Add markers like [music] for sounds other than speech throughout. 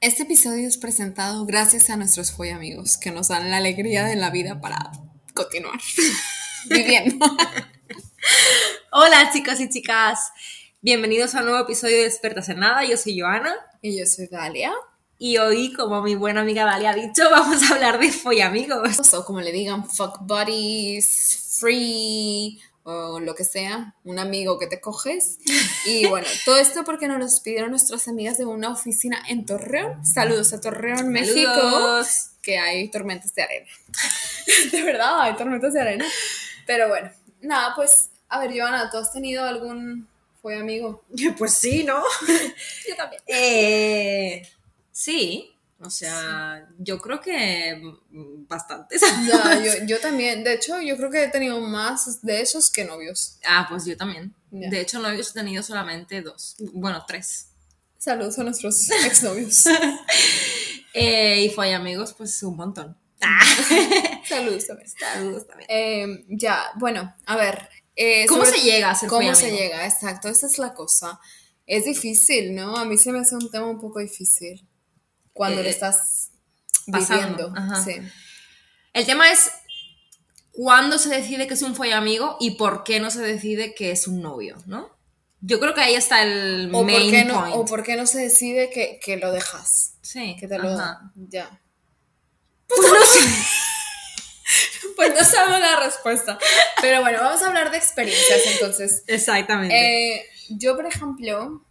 Este episodio es presentado gracias a nuestros Foy amigos que nos dan la alegría de la vida para continuar [laughs] viviendo. Hola chicos y chicas, bienvenidos a un nuevo episodio de Despertas en Nada, yo soy Joana y yo soy Dalia. y hoy, como mi buena amiga Dalia ha dicho, [laughs] vamos a hablar de follamigos. O como le digan, fuck buddies, free o lo que sea, un amigo que te coges. Y bueno, todo esto porque nos los pidieron nuestras amigas de una oficina en Torreón. Saludos a Torreón, México. Saludos. que hay tormentas de arena. [laughs] de verdad, hay tormentas de arena. Pero bueno, nada, pues, a ver, Joana, ¿tú has tenido algún fue amigo? Pues sí, ¿no? Yo también. Eh, sí, o sea, yo creo que mm, bastantes. yo, yo también. De hecho, yo creo que he tenido más de esos que novios. [laughs] Ah, pues yo también. Ya. De hecho, no he tenido solamente dos, bueno, tres. Saludos a [laughs] nuestros exnovios. Eh, y follamigos, pues un montón. Saludos también. Saludos también. Eh, ya, bueno, a ver. eh, ¿Cómo sobre- se llega a ser ¿Cómo se follamigo? llega? Exacto, esa es la cosa. Es difícil, ¿no? A mí se me hace un tema un poco difícil cuando lo Eh, estás pasando, viviendo. ajá. Sí. El tema es cuándo se decide que es un follamigo y por qué no se decide que es un novio, ¿no? Yo creo que ahí está el O, por main qué no, point. o por qué no se decide que, que lo dejas. Sí. Que te lo. ajá. Ya. Pues no sé. [laughs] pues no sabemos la respuesta. Pero bueno, vamos a hablar de experiencias entonces. Exactamente. Eh, yo, por ejemplo,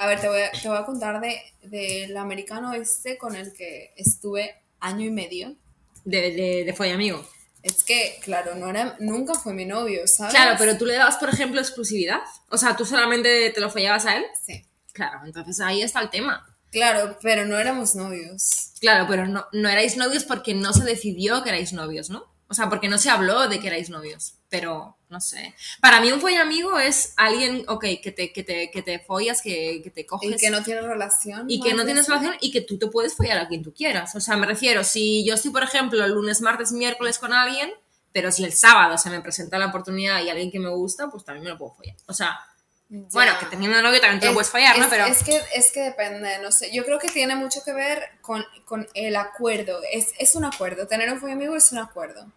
a ver, te voy a, te voy a contar de- del americano este con el que estuve año y medio. de, de, de follamigo. Es que, claro, no era, nunca fue mi novio, ¿sabes? Claro, pero tú le dabas, por ejemplo, exclusividad. O sea, tú solamente te lo follabas a él. Sí. Claro, entonces ahí está el tema. Claro, pero no éramos novios. Claro, pero no, no erais novios porque no se decidió que erais novios, ¿no? O sea, porque no se habló de que erais novios, pero no sé. Para mí un follamigo es alguien, ok, que te, que te, que te follas, que, que te coges Y que no tiene relación. y que no más tienes de eso. relación y que tú te puedes follar a quien tú quieras. O sea, me refiero, si yo estoy, por ejemplo, el lunes, martes, miércoles con alguien, pero si el sábado se me presenta la oportunidad y alguien que me gusta, pues también me lo puedo follar. O sea, Ya. bueno, que teniendo novio también te lo Es- puedes follar, pues, ¿no? es- Pero Es que, es que depende, no sé. Yo creo que tiene mucho que ver con, con el acuerdo. Es, es un acuerdo. Tener un buen amigo es un acuerdo.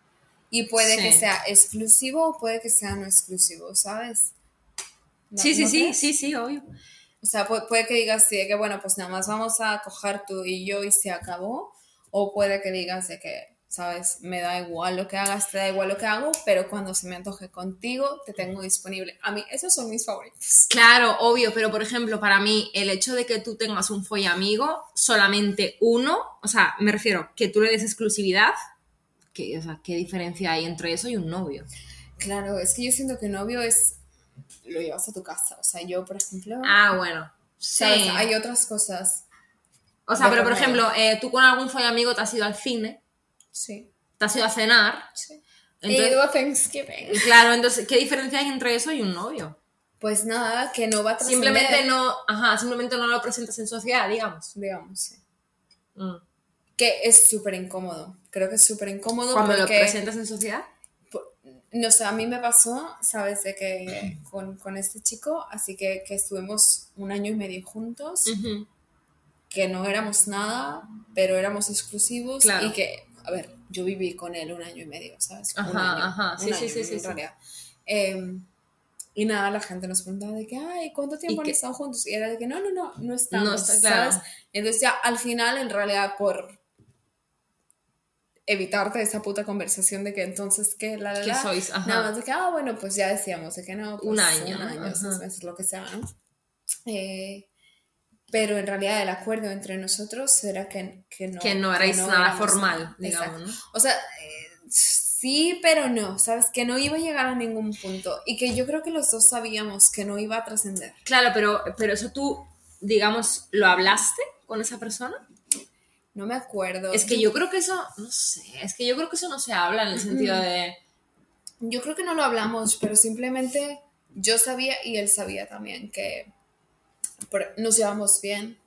Y puede que Sí. sea exclusivo o puede que sea no exclusivo, ¿sabes? ¿No- sí, sí, no sí, crees? sí, sí, obvio. O sea, pu- puede, que digas sí, de que bueno, pues nada más vamos a coger tú y yo y se acabó. O puede que digas de que, ¿sabes? Me da igual lo que hagas, te da igual lo que hago, pero cuando se me antoje contigo, te tengo disponible. A mí, esos son mis favoritos. Claro, obvio, pero por ejemplo, para mí, el hecho de que tú tengas un follamigo, solamente uno, o sea, me refiero, que tú le des exclusividad, que, o sea, ¿qué diferencia hay entre eso y un novio? Claro, es que yo siento que novio es lo llevas a tu casa. O sea, yo, por ejemplo, Ah, bueno. Sí. ¿sabes? hay otras cosas. O sea, de pero por por medio. ejemplo, eh, tú con algún follamigo te has ido al cine, Sí, te has ido a cenar, sí. He entonces, ido a Thanksgiving. claro, entonces, ¿qué diferencia hay entre eso y un novio? Pues nada, que no va a trascender, Simplemente no, ajá, simplemente no lo presentas en sociedad, digamos. digamos, sí. Mm. que es súper incómodo. Creo que es súper incómodo Cuando lo porque... presentas en sociedad. por- no sé, a mí me pasó, sabes, de que con, con este chico, así que, que estuvimos un año y medio juntos, Ujú. que no éramos nada, pero éramos exclusivos Claro. y que, a ver, yo viví con él un año y medio, ¿sabes? un Ajá, año, ajá, un sí, sí, año sí, en sí, sí. realidad. Eh, y nada, la gente nos preguntaba de que, ay, ¿cuánto tiempo han que- estado juntos? Y era de que, no, no, no, no estamos, No está claro. ¿sabes? Entonces ya al final, en realidad, por evitarte esa puta conversación de que entonces, ¿qué? La, la, ¿Qué la, sois? Ajá. Nada más de que, ah, bueno, pues ya decíamos, de que no, pues, Un año, un año, seis ajá. meses, lo que sea, ¿no? Eh, pero en realidad el acuerdo entre nosotros era que, que no. que no erais nada éramos formal, nada. Exacto. digamos, ¿no? O sea, eh, sí, pero no, ¿sabes? Que no iba a llegar a ningún punto. Y que yo creo que los dos sabíamos que no iba a trascender. Claro, pero, pero eso tú, digamos, ¿lo hablaste con esa persona? No me acuerdo. Es que yo creo que eso, no sé, es que yo creo que eso no se habla en el sentido de... Yo creo que no lo hablamos, pero simplemente yo sabía y él sabía también que por- nos llevamos bien.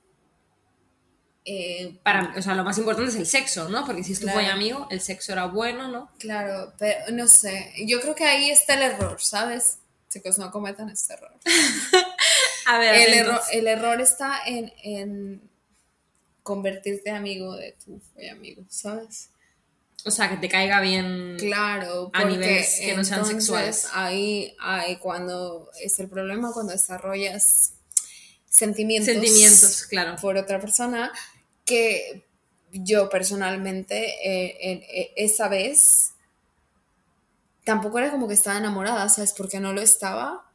Eh, Para, o sea, lo más importante es el sexo, ¿no? Porque si es tu Claro. buen amigo, el sexo era bueno, ¿no? Claro, pero no sé. Yo creo que ahí está el error, ¿sabes? Chicos, no cometan este error. A ver, El, erro- entonces- el error está en, en convertirte amigo de tu amigo, ¿sabes? O sea, que te caiga bien. Claro, A porque niveles que no sean entonces sexuales. Ahí, ahí cuando es el problema, cuando desarrollas sentimientos, Sentimientos, claro. por otra persona, que yo personalmente eh, en- eh, esa vez tampoco era como que estaba enamorada, ¿sabes? Porque no lo estaba,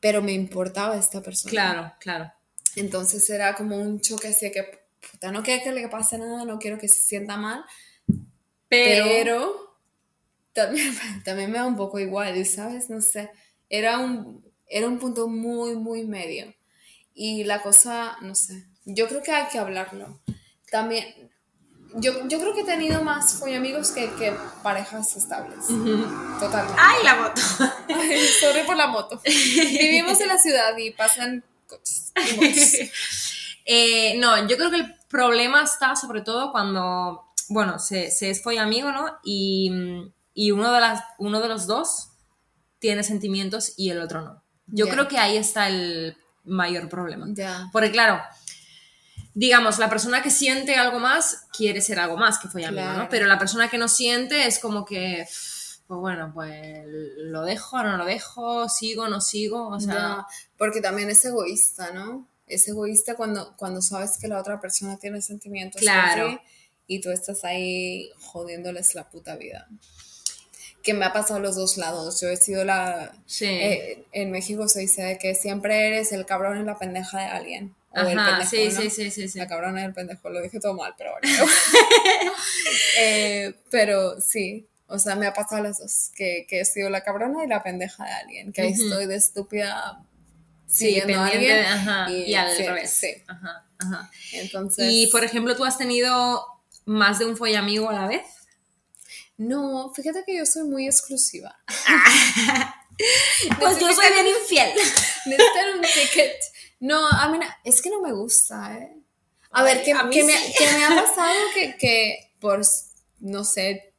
pero me importaba esta persona. Claro, claro. Entonces era como un choque así de que, puta, no quiero que le pase nada, no quiero que se sienta mal, Pero. pero, también, [laughs] también me da un poco igual, ¿sabes? No sé, era un, era un punto muy, muy medio. Y la cosa, no sé, yo creo que hay que hablarlo. También, yo, yo creo que he tenido más follamigos que, que parejas estables. Totalmente. [laughs] ¡Ay, la moto! Ay, sorry por la moto. Vivimos en la ciudad y pasan coches y [laughs] motos. Eh, no, yo creo que el problema está sobre todo cuando, bueno, se, se es amigo, ¿no? Y, y uno, de las, uno de los dos tiene sentimientos y el otro no. Yo Ya. creo que ahí está el mayor problema. Ya. Porque claro, digamos, la persona que siente algo más quiere ser algo más que follamigo, Claro. ¿no? Pero la persona que no siente es como que, pues bueno, pues lo dejo, no lo dejo, sigo, no sigo, o sea... Ya, porque también es egoísta, ¿no? Es egoísta cuando, cuando sabes que la otra persona tiene sentimientos por Claro. ti y tú estás ahí jodiéndoles la puta vida. Que me ha pasado los dos lados. Yo he sido la... Sí. eh, en México se dice de que siempre eres el cabrón en la pendeja de alguien. O el Ajá, pendejo, sí, ¿no? sí, sí, sí, sí. La cabrona del pendejo, lo dije todo mal, pero bueno. [laughs] Eh, pero sí, o sea, me ha pasado las dos, que, que he sido la cabrona y la pendeja de alguien, que ahí Ujú. estoy de estúpida Sí, siguiendo a pendiente, alguien. ajá, y, al sí, revés. sí. Ajá, ajá. Entonces, Y por ejemplo, ¿tú has tenido más de un follamigo a la vez? no, fíjate que yo soy muy exclusiva. Ah. [laughs] Pues yo soy bien infiel. Necesitan un ticket. No, a mí na- es que no me gusta, ¿eh? A Ay, ver, que, a mí que me, sí. que me [laughs] ha pasado que, que por, no sé,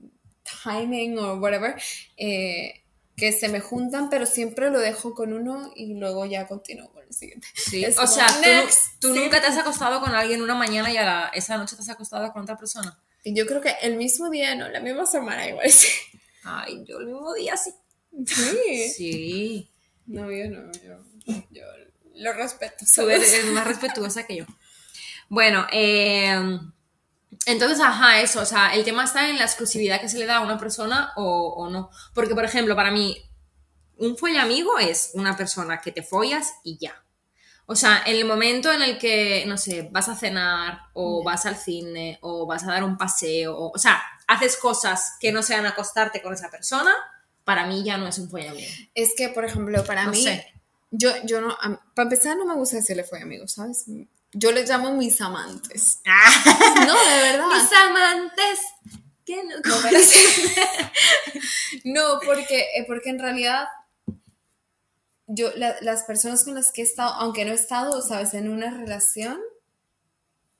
timing o whatever, eh, que se me juntan, pero siempre lo dejo con uno y luego ya continúo con el siguiente. Es o como, sea, tú, nu- next, tú sí. nunca te has acostado con alguien una mañana y a la, esa noche te has acostado con otra persona. Y yo creo que el mismo día, no, la misma semana igual. [laughs] Sí. Ay, yo el mismo día sí. Sí. Sí. No, yo no, yo, yo lo respeto. [laughs] Tú ¿sabes? eres más respetuosa que yo. Bueno, eh, entonces, ajá, eso, o sea, el tema está en la exclusividad que se le da a una persona o, o no. Porque, por ejemplo, para mí, un follamigo es una persona que te follas y ya. O sea, en el momento en el que, no sé, vas a cenar o vas al cine o vas a dar un paseo, o, o sea, haces cosas que no sean acostarte con esa persona, para mí ya no es un follamigo. Es que, por ejemplo, para No mí, sé. yo, yo no, a- para empezar no me gusta decirle fue amigo, ¿sabes? Yo les llamo mis amantes. No, [laughs] de verdad. Mis amantes. que [laughs] no- No, pero sí. No, porque, eh, porque en realidad yo, la- las personas con las que he estado, aunque no he estado, sabes, en una relación,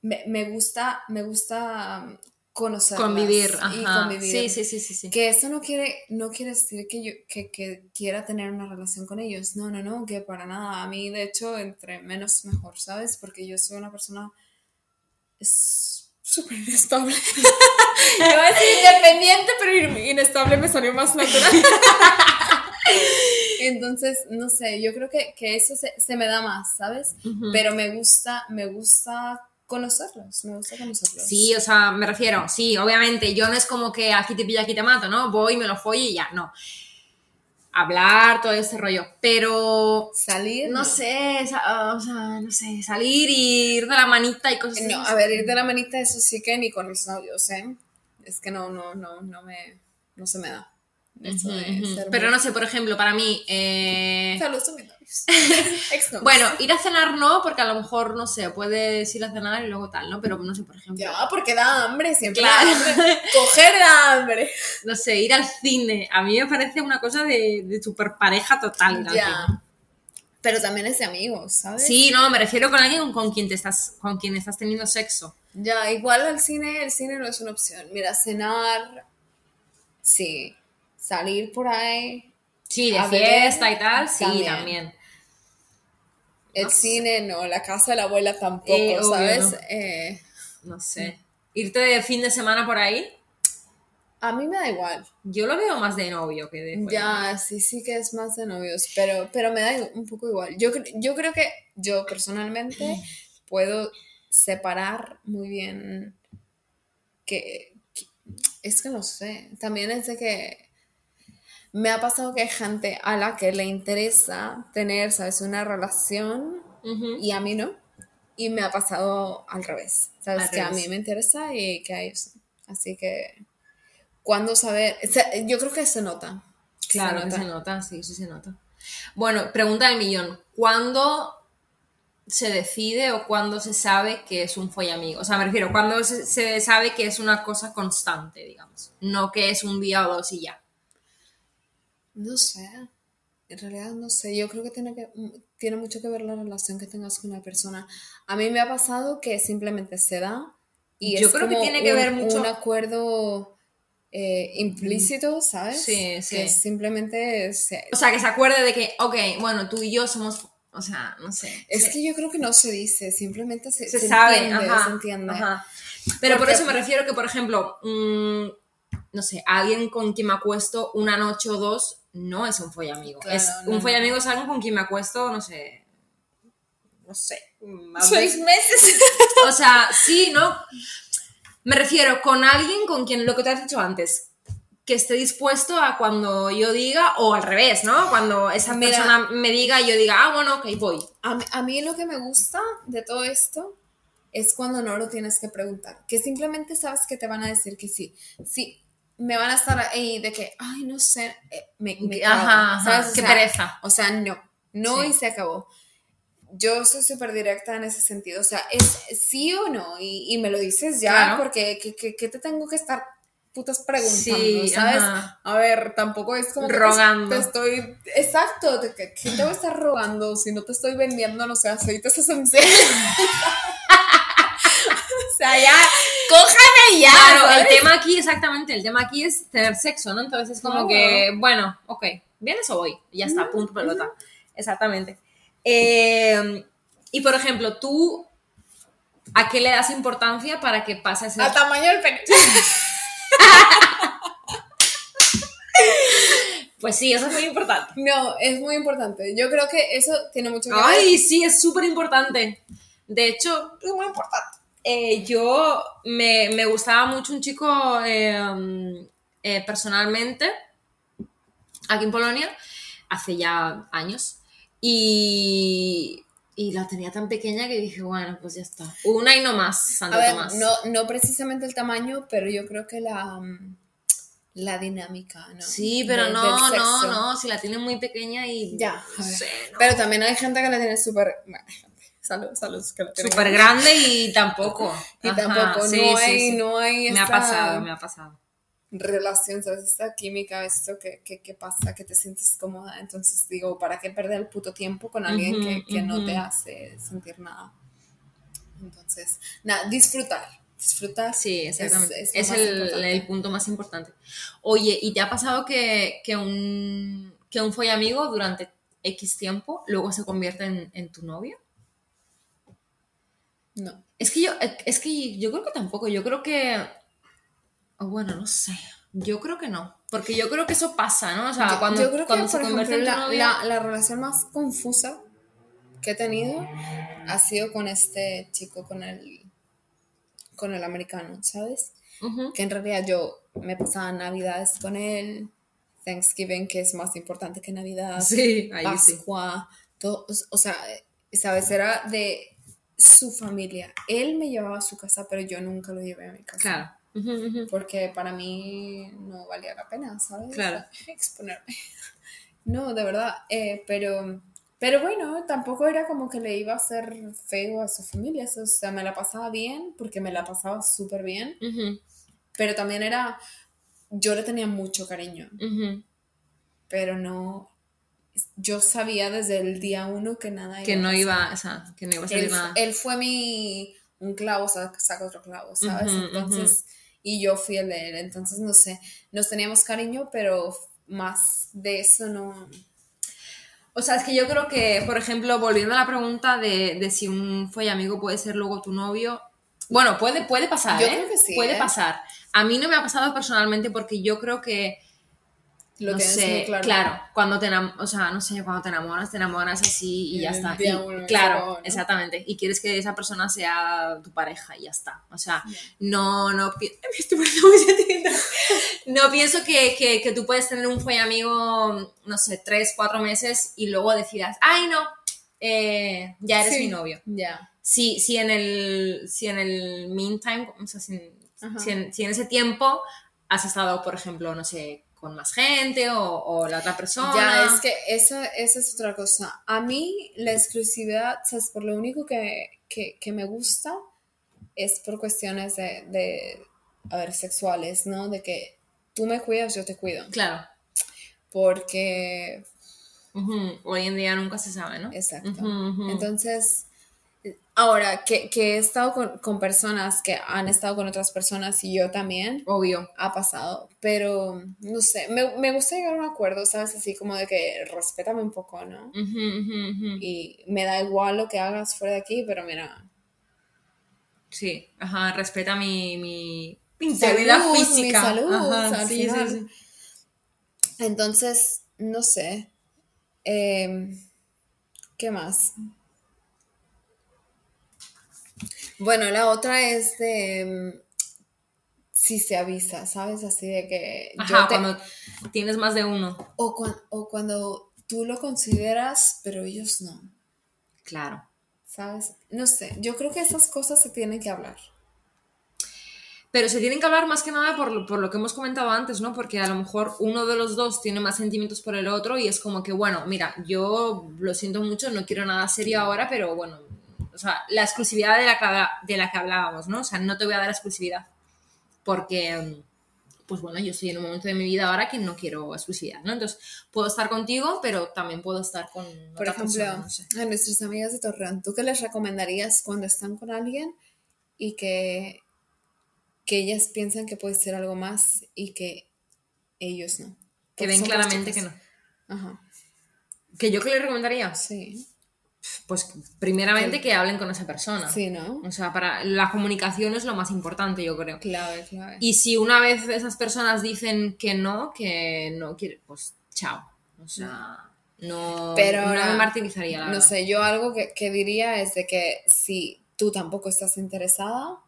me, me gusta, me gusta conocer. convivir, Y ajá. convivir. Sí, sí, sí, sí, [laughs] sí. Que eso no quiere, no quiere decir que yo que, que quiera tener una relación con ellos. No, no, no, que para nada. A mí, de hecho, entre menos mejor, ¿sabes? Porque yo soy una persona es- súper [laughs] inestable. Yo iba a decir independiente, pero in- inestable me salió más natural. [laughs] Entonces, no sé, yo creo que, que eso se, se me da más, ¿sabes? Ujú. Pero me gusta, me gusta conocerlos, me gusta conocerlos. Sí, o sea, me refiero, sí, obviamente, yo no es como que aquí te pillo, aquí te mato, ¿no? Voy, me lo follo y ya, no. Hablar, todo ese rollo, pero Salir. no sé, sa- o sea, no sé, salir y ir de la manita y cosas así. No, a ver, ir de la manita, eso sí que ni con mis novios, ¿eh? Es que no, no, no, no me, no se me da. Eso Ujú, de ujú. ser Pero muy- no sé, por ejemplo, para mí, eh, Saludos a mis [laughs] novios. Ex novios. bueno, ir a cenar no, porque a lo mejor, no sé, puedes ir a cenar y luego tal, ¿no? Pero no sé, por ejemplo, Ya, porque da hambre, siempre Claro. da hambre. Coger da hambre. no sé, ir al cine, a mí me parece una cosa de, de super pareja total. ir al cine. Ya. Pero también es de amigos, ¿sabes? Sí, no, me refiero con alguien con quien te estás, con quien estás teniendo sexo. Ya, igual al cine, el cine no es una opción. Mira, cenar, sí. Salir por ahí, Sí, de A ver, fiesta y tal, sí, también. también. el No sé. cine no, la casa de la abuela tampoco, Eh, obvio, ¿sabes? no. Eh, no sé. Irte de fin de semana por ahí, A mí me da igual. yo lo veo más de novio que de juego. Ya, sí, sí que es más de novios, pero, pero me da i- un poco igual. Yo, cre- yo creo que yo personalmente puedo separar muy bien que, que- Es que no sé, también es de que me ha pasado que hay gente a la que le interesa tener, ¿sabes?, una relación Ujú. y a mí no. Y me ha pasado al revés, ¿sabes? Al que a revés. mí me interesa y que a ellos no. Así que, cuando saber? O sea, yo creo que se nota. Claro, Se que nota. se nota, sí, sí se nota. Bueno, pregunta del millón. ¿Cuándo se decide o cuándo se sabe que es un follamigo? O sea, me refiero, ¿cuándo se, se sabe que es una cosa constante, digamos? No que es un día o dos y ya. No sé. En realidad no sé. Yo creo que tiene, que mm, tiene mucho que ver la relación que tengas con una persona. A mí me ha pasado que simplemente se da y Yo es creo que como tiene que ver un- mucho- un acuerdo eh, implícito, ¿sabes? Sí, sí. Que simplemente se, O sea, que se acuerde de que, ok, bueno, tú y yo somos, o sea, no sé. Es se- que yo creo que no se dice, simplemente se, se, se sabe, entiende, ajá, se entiende. ajá. Pero por Porque- eso me refiero que, por ejemplo, mm, no sé, alguien con quien me acuesto una noche o dos no es un follamigo. Claro, es no, un no. follamigo es alguien con quien me acuesto, no sé, no sé, mm, a veces- Seis meses. o sea, sí, ¿no? Me refiero con alguien con quien, lo que te has dicho antes, que esté dispuesto a cuando yo diga, o al revés, ¿no? Cuando esa Mira. persona me diga y yo diga, ah, bueno, ok, voy. A, mí- a mí lo que me gusta de todo esto es cuando no lo tienes que preguntar, que simplemente sabes que te van a decir que sí. Sí, me van a estar ahí de que, ay, no sé, eh, me, me cago", Ajá, ajá, ¿sabes? O qué sea, pereza. O sea, no, no Sí. y se acabó. Yo soy súper directa en ese sentido, o sea, es sí o no, y, y me lo dices ya, Claro. porque ¿qué, qué- qué te tengo que estar putas preguntando, Sí, ¿sabes? ajá. A ver, tampoco es como que te- Rogando. Te, estoy, exacto, te, que- que te voy a estar rogando si no te estoy vendiendo los aceites esenciales. [laughs] o sea, ya, cójame ya. Claro, el ¿sabes? tema aquí, exactamente, el tema aquí es tener sexo, ¿no? Entonces es como Claro. que, bueno, ok, ¿vienes o voy? Ya está, punto pelota. Exactamente. Eh, y por ejemplo, tú, ¿a qué le das importancia para que pase ese A tamaño del pene. Pues sí, eso es muy importante. No, es muy importante. Yo creo que eso tiene mucho que ver. Ay, sí, es súper importante. De hecho, es muy importante. eh, yo me, me gustaba mucho un chico eh, um, eh, personalmente aquí en Polonia hace ya años y, y la tenía tan pequeña que dije, bueno, pues ya está. Una y no más, Santo A ver, Tomás. no, no precisamente el tamaño, pero yo creo que la, mm, la dinámica, ¿no? Sí, pero De- del no, no, sexo. no, si la tiene muy pequeña y... Ya, a no ver. sé, no. Pero también hay gente que la tiene súper... bueno, Salud, salud, que la tiene- Súper grande y tampoco. Y Ajá, tampoco, sí, no, sí, hay, sí. no hay Me ha esta pasado, me ha pasado. relación, ¿sabes? Esta química, esto que, que, que pasa, que te sientes cómoda. Entonces digo, ¿para qué perder el puto tiempo con alguien Ujú, que, que no te ujú. hace sentir nada? Entonces, nada, disfrutar. Disfrutar. Sí, exactamente. es Es, lo más el, importante. el punto más importante. Oye, ¿y te ha pasado que, que un, que un follamigo durante X tiempo luego se convierte en, en tu novio? No. Es que yo, es que yo creo que tampoco, yo creo que. o bueno, no sé. Yo creo que no. Porque yo creo que eso pasa, ¿no? O sea, Yo- Ah, cuando, yo creo que, cuando se por convierte ejemplo, en tu la, novio. la- la relación más confusa que he tenido ha sido con este chico, con el, con el americano, ¿sabes? Ujú. Que en realidad yo me pasaba navidades con él, Thanksgiving, que es más importante que Navidad, Sí, ahí sí. Pascua, todo, o sea, eh, ¿sabes? Era de su familia. Él me llevaba a su casa, pero yo nunca lo llevé a mi casa. Claro. Ujú, ujú. porque para mí no valía la pena, ¿sabes? Claro. Exponerme. No, de verdad, eh, pero, pero bueno, tampoco era como que le iba a hacer feo a su familia, o sea, me la pasaba bien, porque me la pasaba súper bien, Ujú, pero también era, yo le tenía mucho cariño, ujú. pero no, yo sabía desde el día uno que nada Que iba a no pasar. iba, o sea, que no iba a salir él, nada. él fue mi un clavo saca, saca otro clavo, ¿sabes? Ujú, entonces, y yo fui el de él, entonces no sé, nos teníamos cariño, pero más de eso no. O sea, es que yo creo que, por ejemplo, volviendo a la pregunta de, de si un follamigo puede ser luego tu novio, Bueno, puede, puede pasar, Yo ¿eh? creo que sí, Puede ¿eh? pasar. A mí no me ha pasado personalmente porque yo creo que, Lo no tienes sé, muy claro. cuando te enam- o sea, no sé, cuando te enamoras, te enamoras así y Y ya el está. día Y- uno claro, se acabó, ¿no? exactamente. Y quieres que esa persona sea tu pareja y ya está. O sea, no, no, pi- [laughs] me estoy poniendo muy sentimental. no pienso que, que, que tú puedes tener un fue amigo, no sé, tres, cuatro meses y luego decidas, ay no, eh, ya eres Sí. mi novio. Ya. Si, si en el, si en el meantime, o sea, si en, Ajá. si en- si en ese tiempo has estado, por ejemplo, no sé, con más gente o, o la otra persona. Ya, es que esa, esa es otra cosa. A mí la exclusividad, ¿sabes? Por lo único que, que- que me gusta es por cuestiones de, de, a ver, sexuales, ¿no? De que tú me cuidas, yo te cuido. Claro. Porque, Ujú. Hoy en día nunca se sabe, ¿no? exacto. Ujú, ujú. Entonces, ahora que, que he estado con, con personas que han estado con otras personas y yo también, Obvio. ha pasado, pero no sé, me, me gusta llegar a un acuerdo, ¿sabes? Así como de que respétame un poco, ¿no? Ujú, ujú, ujú. Y me da igual lo que hagas fuera de aquí, pero mira, Sí, ajá, respeta mi, mi salud, integridad mi física. salud, Ajá, o sea, al sí, sí, final. sí. Entonces, no sé. Em, ¿Qué más? Bueno, la otra es de em, si se avisa, ¿sabes? Así de que yo Ajá, te- cuando tienes más de uno. o, cuan- o cuando tú lo consideras, pero ellos no. Claro. ¿Sabes? No sé, yo creo que esas cosas se tienen que hablar. Pero se tienen que hablar más que nada por, lo- por lo que hemos comentado antes, ¿no? Porque a lo mejor uno de los dos tiene más sentimientos por el otro y es como que, bueno, mira, yo lo siento mucho, no quiero nada serio ahora, pero bueno, o sea, la exclusividad de la que, habla- de la que hablábamos, ¿no? O sea, no te voy a dar exclusividad porque, pues bueno, yo estoy en un momento de mi vida ahora que no quiero exclusividad, ¿no? Entonces, puedo estar contigo, pero también puedo estar con Por otra ejemplo, persona, no sé. a nuestras amigas de Torreón, ¿tú qué les recomendarías cuando están con alguien y que, que ellas piensan que puede ser algo más y que ellos no? Que Porque ven son claramente dos que chicas. no. Ajá, ¿Que yo qué le recomendaría? sí. Pues primeramente que hablen con esa persona. Sí, ¿no? O sea, para la comunicación es lo más importante, yo creo. Clave, clave. Y si una vez esas personas dicen que no, que no quiere, pues chao. O sea, no, Pero no ahora, me martirizaría la no verdad. sé, yo algo que, que diría es de que si tú tampoco estás interesada,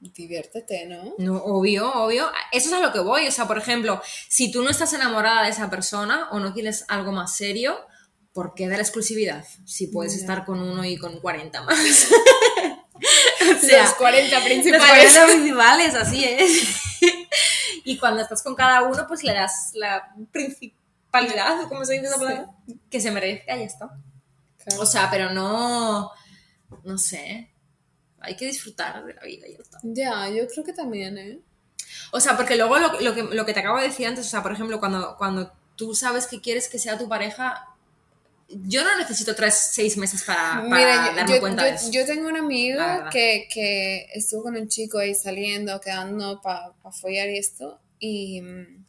diviértete, ¿no? No, obvio, obvio. Eso es a lo que voy. O sea, por ejemplo, si tú no estás enamorada de esa persona o no quieres algo más serio, ¿por qué dar exclusividad? Si puedes Ya. estar con uno y con [laughs] 40 más. o Los 40 Los principales. 40 principales, así es. y cuando estás con cada uno, pues le das la principalidad, como se dice esa Sí. palabra, que se merezca y ya está. Claro. O sea, pero no, no sé, hay que disfrutar de la vida y ya está. Ya, yo creo que también, ¿eh? O sea, porque luego lo, lo que, lo que te acabo de decir antes, o sea, por ejemplo, cuando, cuando tú sabes que quieres que sea tu pareja, yo no necesito tres, seis meses para, para Mira, yo- darme yo, cuenta yo- de eso. yo tengo una La amiga verdad. que, que estuvo con un chico ahí saliendo, quedando para follar y esto, y, mm,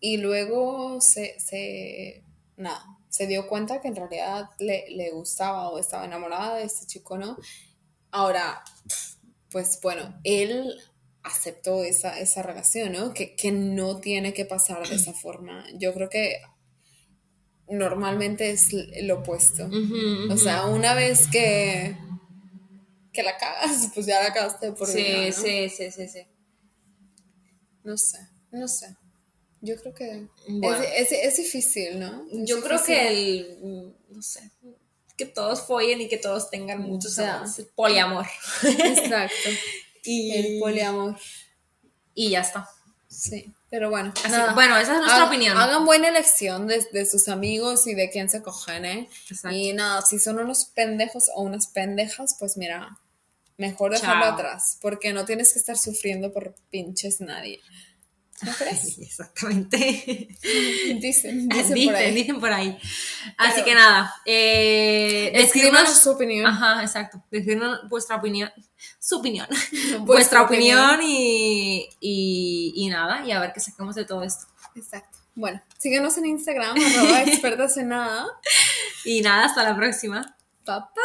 y luego se, se, nada, se dio cuenta que en realidad le, le gustaba o estaba enamorada de este chico, ¿no? Ahora, pues bueno, él aceptó esa, esa relación, ¿no? Que, que no tiene que pasar de esa forma. Yo creo que normalmente es l- lo opuesto. Ujú, ujú. O sea, una vez que, que la cagas, [laughs] pues ya la cagaste por sí, vida, ¿no? sí, sí, sí, sí. No sé, no sé. Yo creo que Bueno. es, es- es difícil, ¿no? Es Yo creo difícil. que el, no sé, que todos follen y que todos Mm, tengan muchos Ya. amantes. Poliamor. [laughs] Exacto. Y, El poliamor. y ya está. Sí. Pero bueno, Así- nada. bueno, esa es nuestra Hagan- opinión. Hagan buena elección de, de sus amigos y de quién se cogen, ¿eh? Exacto. [laughs] Y nada, si son unos pendejos o unas pendejas, pues mira, mejor dejarlo Chao. atrás, porque no tienes que estar sufriendo por pinches nadie. ¿No crees? Sí, exactamente. [laughs] Dicen, [laughs] Dicen, pues, Ah, dicen, por ahí. dicen por ahí. Así Pero- que nada, eh, Escríbanos escríbanos- su opinión. Ajá, exacto. Decirnos vuestra opinión. Su opinión. Vuestra, Vuestra opinión, y, y, y nada, y a ver qué sacamos de todo esto. Exacto. Bueno, síguenos en Instagram, arroba expertas en nada. Y nada, hasta la próxima. Papá.